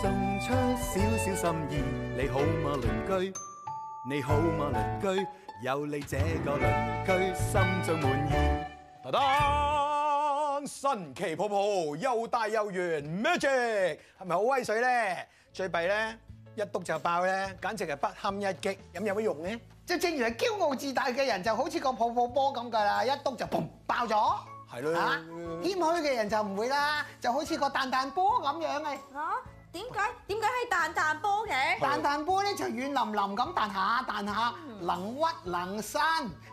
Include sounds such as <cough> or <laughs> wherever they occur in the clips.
送出少少心意，你好嗎鄰居？你好嗎鄰居？有你這個鄰居，心中滿意。噔噔，神奇泡泡又大又圓，magic 係咪好威水咧？最弊咧，一篤就爆咧，簡直係不堪一擊。咁有乜用咧？就正如係驕傲自大嘅人，就好似個泡泡波咁㗎啦，一篤就砰爆咗。係咯，啊、謙虛嘅人就唔會啦，就好似個彈彈波咁樣嘅。嚇、啊？點解點解係彈彈波嘅？彈彈波咧就軟淋淋咁彈下彈下，能屈能伸，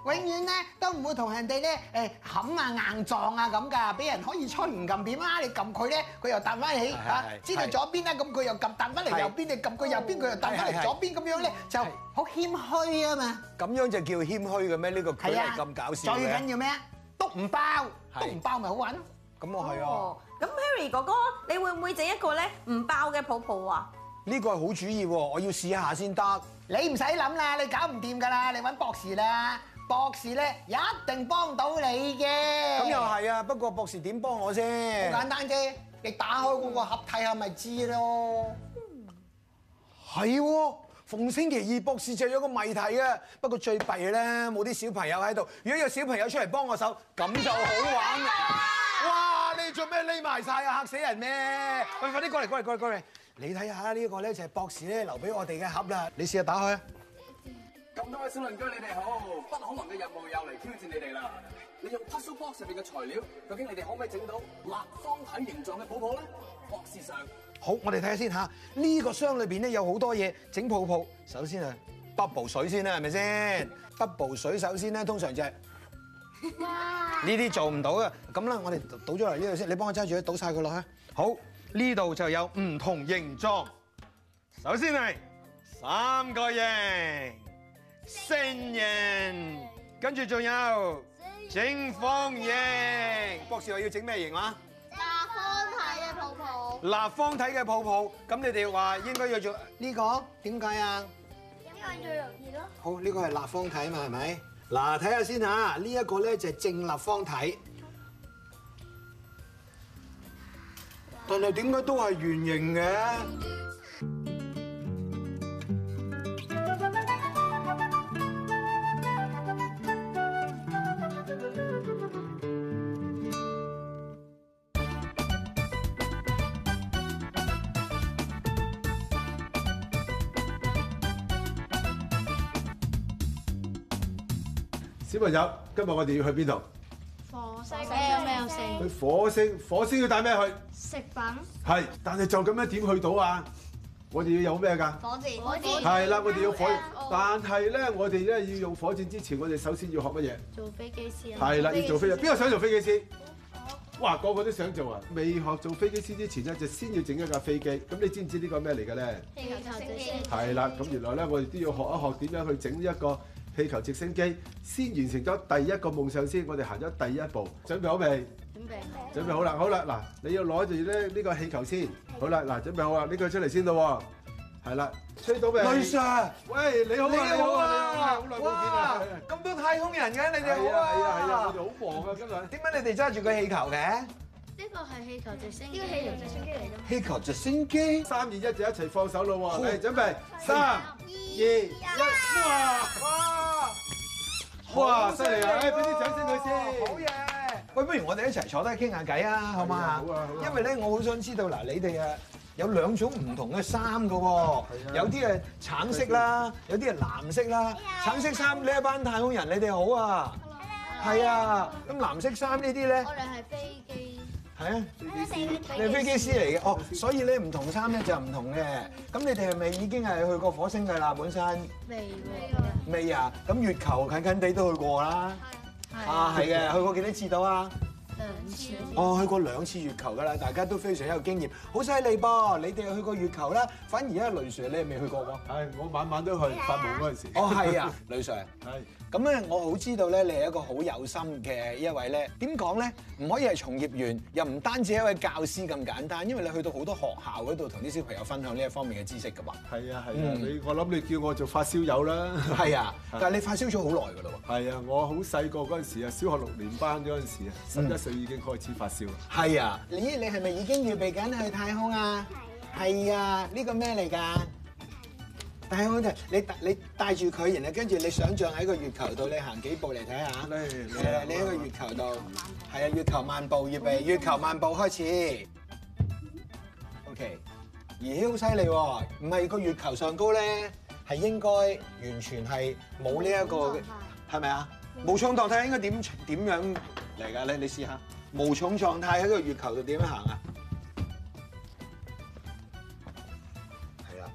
永遠咧都唔會同人哋咧誒冚啊硬撞啊咁㗎，俾人可以吹唔撳點啦，你撳佢咧佢又彈翻起嚇，知道左邊啦咁佢又撳彈翻嚟右邊，你撳佢右邊佢又彈翻嚟左邊咁樣咧就好謙虛啊嘛。咁樣就叫謙虛嘅咩？呢個佢 à, 係咁搞笑啊最緊要咩啊？篤唔爆，篤唔爆咪好玩咯。咁我係哦啊。哦咁 Harry 哥哥，你會唔會整一個咧唔爆嘅泡泡啊？呢個係好主意喎，我要試下先得。你唔使諗啦，你搞唔掂㗎啦，你揾博士啦，博士咧一定幫到你嘅。咁又係啊，不過博士點幫我先？好簡單啫，你打開嗰個盒睇下咪知咯。係喎。逢星期二博士就有個謎題啊，不過最弊咧冇啲小朋友喺度。如果有小朋友出嚟幫我手，咁就好玩啦！哇，你做咩匿埋晒啊？嚇死人咩？喂，快啲過嚟，過嚟，過嚟，過嚟！你睇下呢個咧就係博士咧留俾我哋嘅盒啦，你試下打開啊！咁多位小鄰居，你哋好！不可能嘅任務又嚟挑戰你哋啦！你用 puzzle box 入邊嘅材料，究竟你哋可唔可以整到立方體形狀嘅泡泡咧？博士上。好，我哋睇下先嚇。呢個箱裏邊咧有好多嘢整泡泡。首先啊，bubble 水先啦，係咪先？bubble 水首先咧，通常就係呢啲做唔到嘅。咁啦，我哋倒咗嚟呢度先，你幫我揸住佢，倒晒佢落去。好，呢度就有唔同形狀。首先係三角形、正形，跟住仲有正方形。博士話要整咩形啊？立方體嘅泡泡，咁你哋話應該要做呢個點解啊？因為最容易咯。好，呢個係立方體嘛，係咪？嗱，睇下先嚇，呢一個咧就係正立方體，但係點解都係圓形嘅？小朋友，今日我哋要去邊度？火星有咩有星？去火星，火星要帶咩去？食品。係，但係就咁樣點去到啊？我哋要有咩㗎？火箭。火箭。哦係啦，我哋要火，但係咧，我哋咧要用火箭之前，我哋首先要學乜嘢？做嗯飛機師。係啦，要做飛機。邊個想做飛機師？哇，個個都想做啊！未學做飛機師之前咧，就先要整一架飛機。咁你知唔知呢個咩嚟嘅咧？氣球直升機。係啦，咁原來咧，我哋都要學一學點樣去整一個。氣球直升機先完成咗第一個夢想先，我哋行咗第一步，準備好未？準備。準備好啦，好啦，嗱，你要攞住咧呢個氣球先，好啦，嗱，準備好啦，呢個出嚟先咯喎，係啦，吹到未？雷 Sir，喂，你好啊，你好啊，好耐冇見哇啦，，咁多太空人嘅你哋係好啊，係啊，係啊，啊！我哋好忙啊，今日。點解你哋揸住個氣球嘅？呢個係氣球直升機。呢個氣球直升機嚟㗎。氣球直升機。三二一就一齊放手咯喎，嚟準備，三二一，哇！哇，犀利哎啊！誒，俾啲掌聲佢先。好嘢！喂，不如我哋一齊坐低傾下偈啊，好嘛？好啊好啊因為咧，我好想知道嗱，你哋啊有兩種唔同嘅衫嘅喎，啊有啲係橙色啦，有啲係藍色啦。橙色衫呢一班太空人，你哋好啊！係啊，咁藍色衫呢啲咧我，哋係飛機。係啊，你係你飛機師嚟嘅，哦，所以咧唔同衫咧就唔同嘅。咁你哋係咪已經係去過火星㗎啦？本身未未啊？咁月球近近地都去過啦。係。啊啊，係嘅，去過幾多次到啊？哦兩次。我去過兩次月球㗎啦，大家都非常有經驗，好犀利噃！你哋去過月球啦，反而阿雷 Sir 你係未去過喎。係我晚晚都去，發夢嗰陣時。哦，係啊，雷 Sir。係咁咧，我好知道咧，你係一個好有心嘅一位咧。點講咧？唔可以係從業員，又唔單止係一位教師咁簡單，因為你去到好多學校嗰度同啲小朋友分享呢一方面嘅知識㗎嘛。係啊係啊，嗯你我諗你叫我做發燒友啦。 <laughs> 係啊，但係你發燒咗好耐㗎啦係啊，我好細個嗰陣時啊，小學六年班嗰陣時啊，十嗯一歲已經開始發燒啦。喎。係啊，你你係咪已經預備緊去太空啊？係啊，呢個咩嚟㗎？太空就係你帶你帶住佢，然後跟住你想像喺個月球度，你行幾步嚟睇下。嚟嚟係啊你喺個月球度，係啊，月球漫步預備，月球漫步開始。OK，咦，好犀利喎！唔係個月球上高咧，係應該完全係冇呢一個嘅，係咪啊？無重狀態應該點點樣嚟㗎咧？你試下無重狀態喺個月球度點樣行啊？係啦。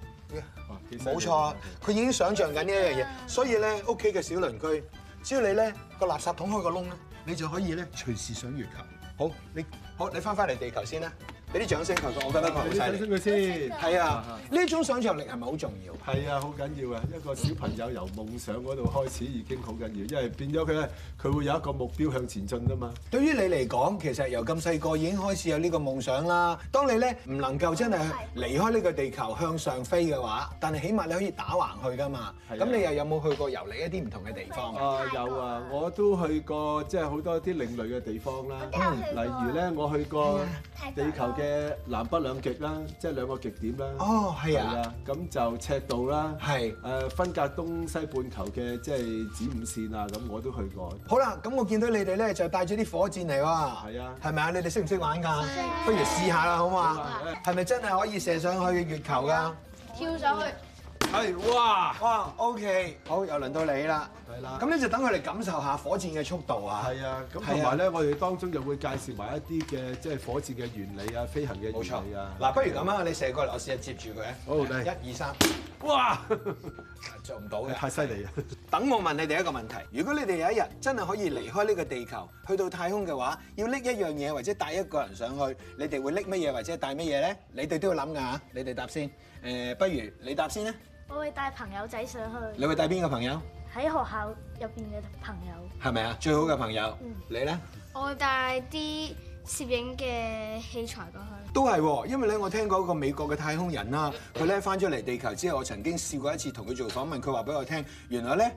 哇幾犀利冇錯，啊佢已經想像緊呢一樣嘢，所以咧屋企嘅小鄰居，只要你咧個垃圾桶開個窿咧，你就可以咧隨時上月球。好，你好，你翻返嚟地球先啦，俾啲掌聲求佢，我覺得佢好你睇犀清利。佢先。係啊，呢種想像力係咪好重要？係啊，好緊要啊！一個小朋友由夢想嗰度開始已經好緊要，因為變咗佢咧，佢會有一個目標向前進㗎嘛。對於你嚟講，其實由咁細個已經開始有呢個夢想啦。當你咧唔能夠真係離開呢個地球向上飛嘅話，但係起碼你可以打橫去㗎嘛。係啊咁你又有冇去過遊歷一啲唔同嘅地方？啊有啊，我都去過即係好多啲另類嘅地方啦。嗯例如咧，我去過泰國地球嘅南北兩極啦，即係兩個極點啦。哦係啊，咁就赤道啦，係誒分隔東西半球嘅即係子午線啊，咁我都去過。好啦，咁我見到你哋咧就帶咗啲火箭嚟喎，係啊係咪啊？你哋識唔識玩㗎？不如試下啦，好啊嘛？係咪真係可以射上去月球㗎？跳上去，係哇，哇，OK，好，又輪到你啦。係啦咁咧就等佢哋感受下火箭嘅速度啊。係啊，咁係啊同埋咧，我哋當中又會介紹埋一啲嘅即係火箭嘅原理啊、飛行嘅冇錯原理啊。。嗱，不如咁啊，你射過嚟，我試下接住佢啊。好嚟一二三，啊哇，做唔到嘅。太犀利啊！等我問你哋一個問題：如果你哋有一日真係可以離開呢個地球，去到太空嘅話，要拎一樣嘢或者帶一個人上去，你哋會拎乜嘢或者帶乜嘢咧？你哋都要諗㗎嚇，你哋答先。誒、不如你答先啦。我會帶朋友仔上去，你會帶邊個朋友？喺學校入邊嘅朋友。係咪啊？最好嘅朋友，你咧？我會帶啲攝影嘅器材過去。都係喎，因為咧，我聽過一個美國嘅太空人啦，佢咧翻咗嚟地球之後，我曾經試過一次同佢做訪問，佢話俾我聽，原來咧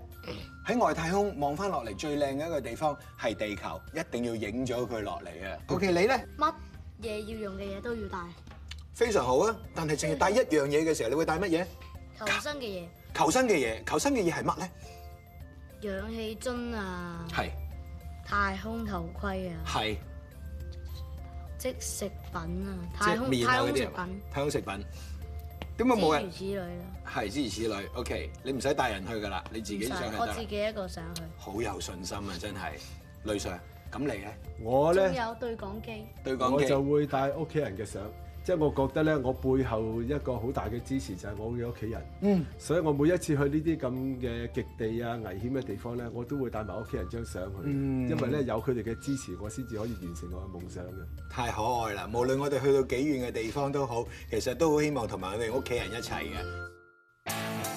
喺外太空望翻落嚟最靚嘅一個地方係地球，一定要影咗佢落嚟啊。OK，你咧乜嘢要用嘅嘢都要帶，非常好啊，但係淨係帶一樣嘢嘅時候，你會帶乜嘢？求生嘅嘢，求生嘅嘢，求生嘅嘢係乜咧？氧氣樽啊，係太空頭盔啊，係即食品啊，即太係空面啊太嗰空食啲係嘛品，太空食品，點解諸冇如人此類啦。係諸如此類？OK，你唔使帶人去㗎啦，你自己上去我得啦自。己一個上去，好有信心啊，真係，女 Sir，咁你咧？我仲咧。有對講機，對講我機就會帶屋企人嘅相，即係我覺得咧，我背後一個好大嘅支持就係我嘅屋企人。嗯，所以我每一次去呢啲咁嘅極地啊、危險嘅地方咧，我都會帶埋屋企人張相去，因為咧有佢哋嘅支持，我先至可以完成我嘅夢想嘅。太可愛啦！無論我哋去到幾遠嘅地方都好，其實都好希望同埋我哋屋企人一齊嘅。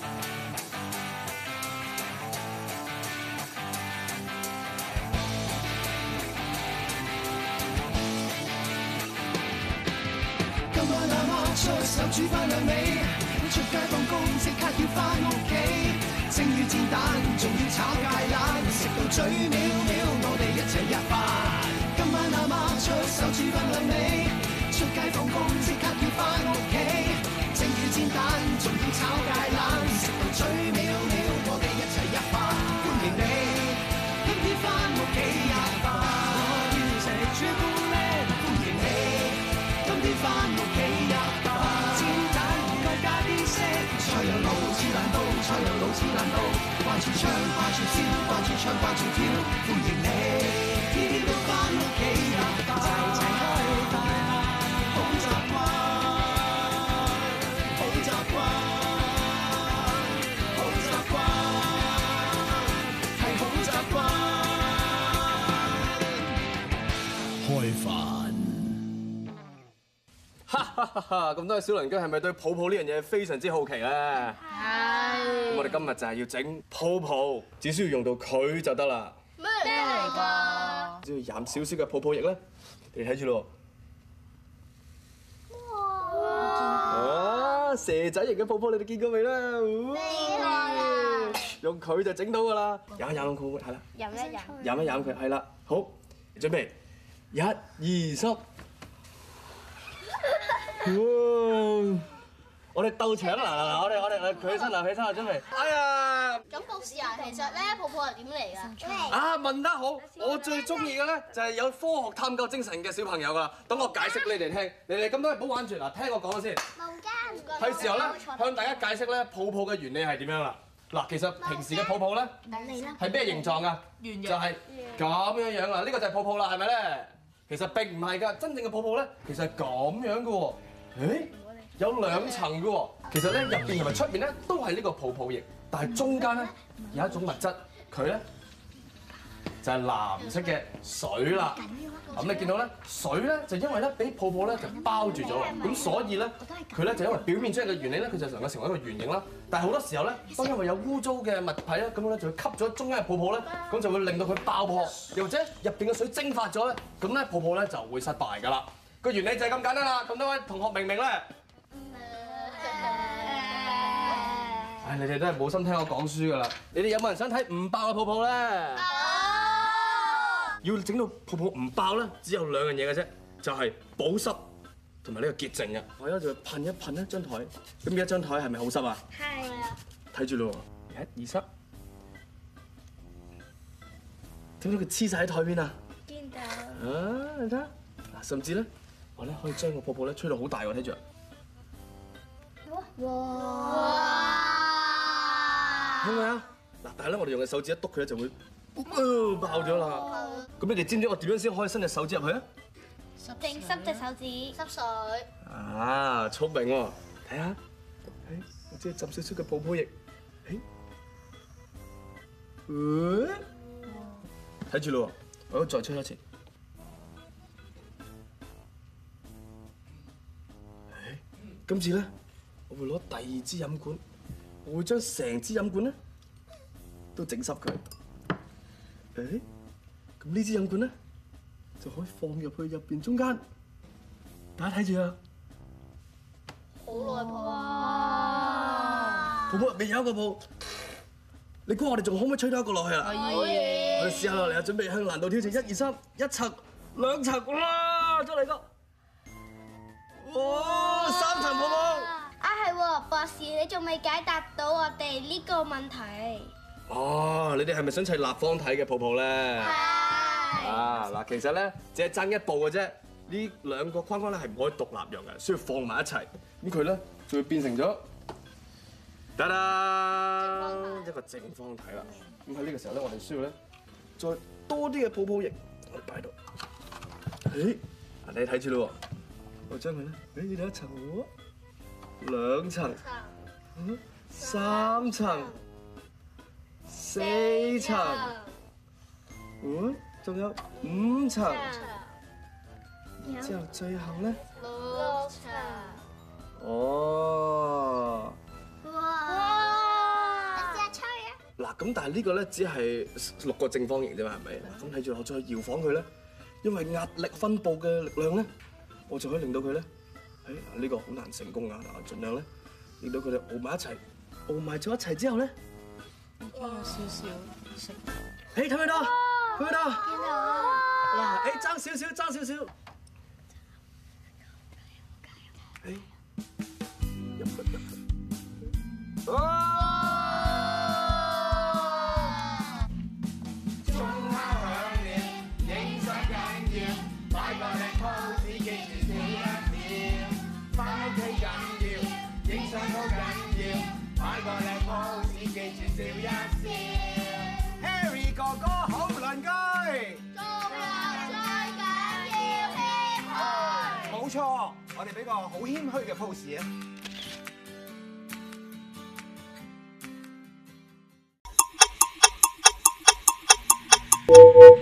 今晚阿媽出手煮翻兩味，出街放工即刻要翻屋企，蒸魚煎蛋仲要炒芥蘭，食到嘴藐藐，我哋一齊入飯。今晚阿媽出手煮翻兩味，出街放工即刻要翻屋企，蒸魚煎蛋仲要炒芥蘭，食到嘴藐藐，我哋一齊入飯。歡迎你，今天翻屋企入飯。我要食朱古力，歡迎你。今天翻屋企入飯，煎蛋唔該加啲色，菜有老似爛到，菜有老似爛到，掛住唱掛住笑，掛住唱掛住跳，歡迎你，天天都翻屋企入飯，齊齊開飯，好習慣，好習慣，好習慣，係好習慣。啊咁多位小鄰居係咪對泡泡呢樣嘢非常之好奇咧？咁我哋今日就係要整泡泡，只需要用到佢就得啦。只要飲少少嘅泡泡液咧，你睇住咯。哦哇！蛇仔型嘅泡泡，你哋見過未啦？用佢就整到噶啦，飲一飲佢，係啦，飲一飲佢，係啦，好，準備，一、二、 <laughs> 三，哇！我哋鬥搶啦！嗱嗱嗱，我哋我哋我哋舉起身啦，舉起身啦，準備，哎呀！啊，問得好！我最中意嘅咧就係有科學探究精神嘅小朋友啦。等我解釋你哋聽，你哋咁多嘢唔好玩住嗱，聽我講先。係時候咧，向大家解釋咧泡泡嘅原理係點樣啦。嗱，其實平時嘅泡泡咧係咩形狀噶？圓就係咁樣樣啦，呢個就係泡泡啦，係咪咧？其實並唔係㗎，真正嘅泡泡咧其實係咁樣嘅喎。誒，有兩層嘅喎。其實咧入邊同埋出邊咧都係呢個泡泡液，但係中間咧有一種物質，佢咧。就係藍色嘅水啦。咁你見到咧，水咧就因為咧俾泡泡咧就包住咗啦，咁所以咧佢咧就因為表面出嚟嘅原理咧，佢就能夠成為一個圓形啦。但係好多時候咧，當因為有污糟嘅物體啊咧，咁咧就會吸咗中間嘅泡泡咧，咁就會令到佢爆破，又或者入邊嘅水蒸發咗咧，咁咧泡泡咧就會失敗㗎啦。個原理就係咁簡單啦。咁多位同學明唔明咧？唉，你哋都係冇心聽我講書㗎啦。你哋有冇人想睇唔爆嘅泡泡咧？要整到泡泡唔爆咧，只有兩樣嘢嘅啫，就係、保濕同埋呢個潔淨啊嘅。我而家就噴一噴一張台，咁而家張台係咪好濕啊？睇住咯喎，一二三，點解佢黐晒喺台邊啊？啊，你睇下，嗱，甚至咧，我咧可以將個泡泡咧吹到好大喎，睇住啊。係咪啊？嗱，但係咧，我哋用嘅手指一篤佢咧就會呃爆咗啦。咁你哋知唔知我點樣先可以伸隻手指入去啊？啊，聰明喎！睇下，誒，哎我只係浸少少嘅泡泡液，哎誒，嗯睇住咯喎，我再吹一次。誒哎今次咧，我會攞第二支飲管，我會將成支飲管咧都整濕佢。誒，咁呢支飲管咧就可以放入去入邊中間，大家睇住啊！泡泡入面有一個泡，你估我哋仲可唔可以吹多一個落去啊？我哋試下啦，嚟啊！準備向難度挑戰，一二三，一層、兩層，哇！再嚟個，哇！三層泡泡。哦，你哋係咪想砌立方體嘅泡泡咧？啊嗱，其實咧只係爭一步嘅啫。呢兩個框框咧係唔可以獨立用嘅，需要放埋一齊。咁佢咧就會變成咗，得 À, 啦，一個正方體啦。咁喺呢個時候咧，我哋需要咧再多啲嘅泡泡液，我哋擺到。誒，嗱你睇住咯喎，我將佢咧，誒呢度一層喎，兩層，嗯三層，四層。嗯，仲有五層，之後最後咧，哦，嗱咁，但係呢個咧只係六個正方形啫嘛，係咪？咁睇住我再搖晃佢咧，因為壓力分布嘅力量咧，我就可以令到佢咧，誒嗱呢個好難成功啊！嗱，我盡量咧令到佢哋熬埋一齊，熬埋咗一齊之後咧，誒睇唔睇到？睇唔睇到？嗱，誒爭少少，爭少少。誒，入去入去。啊！ Harry 哥哥好鄰居，冇錯，我哋俾個好謙虛嘅 pose 啊！ Harry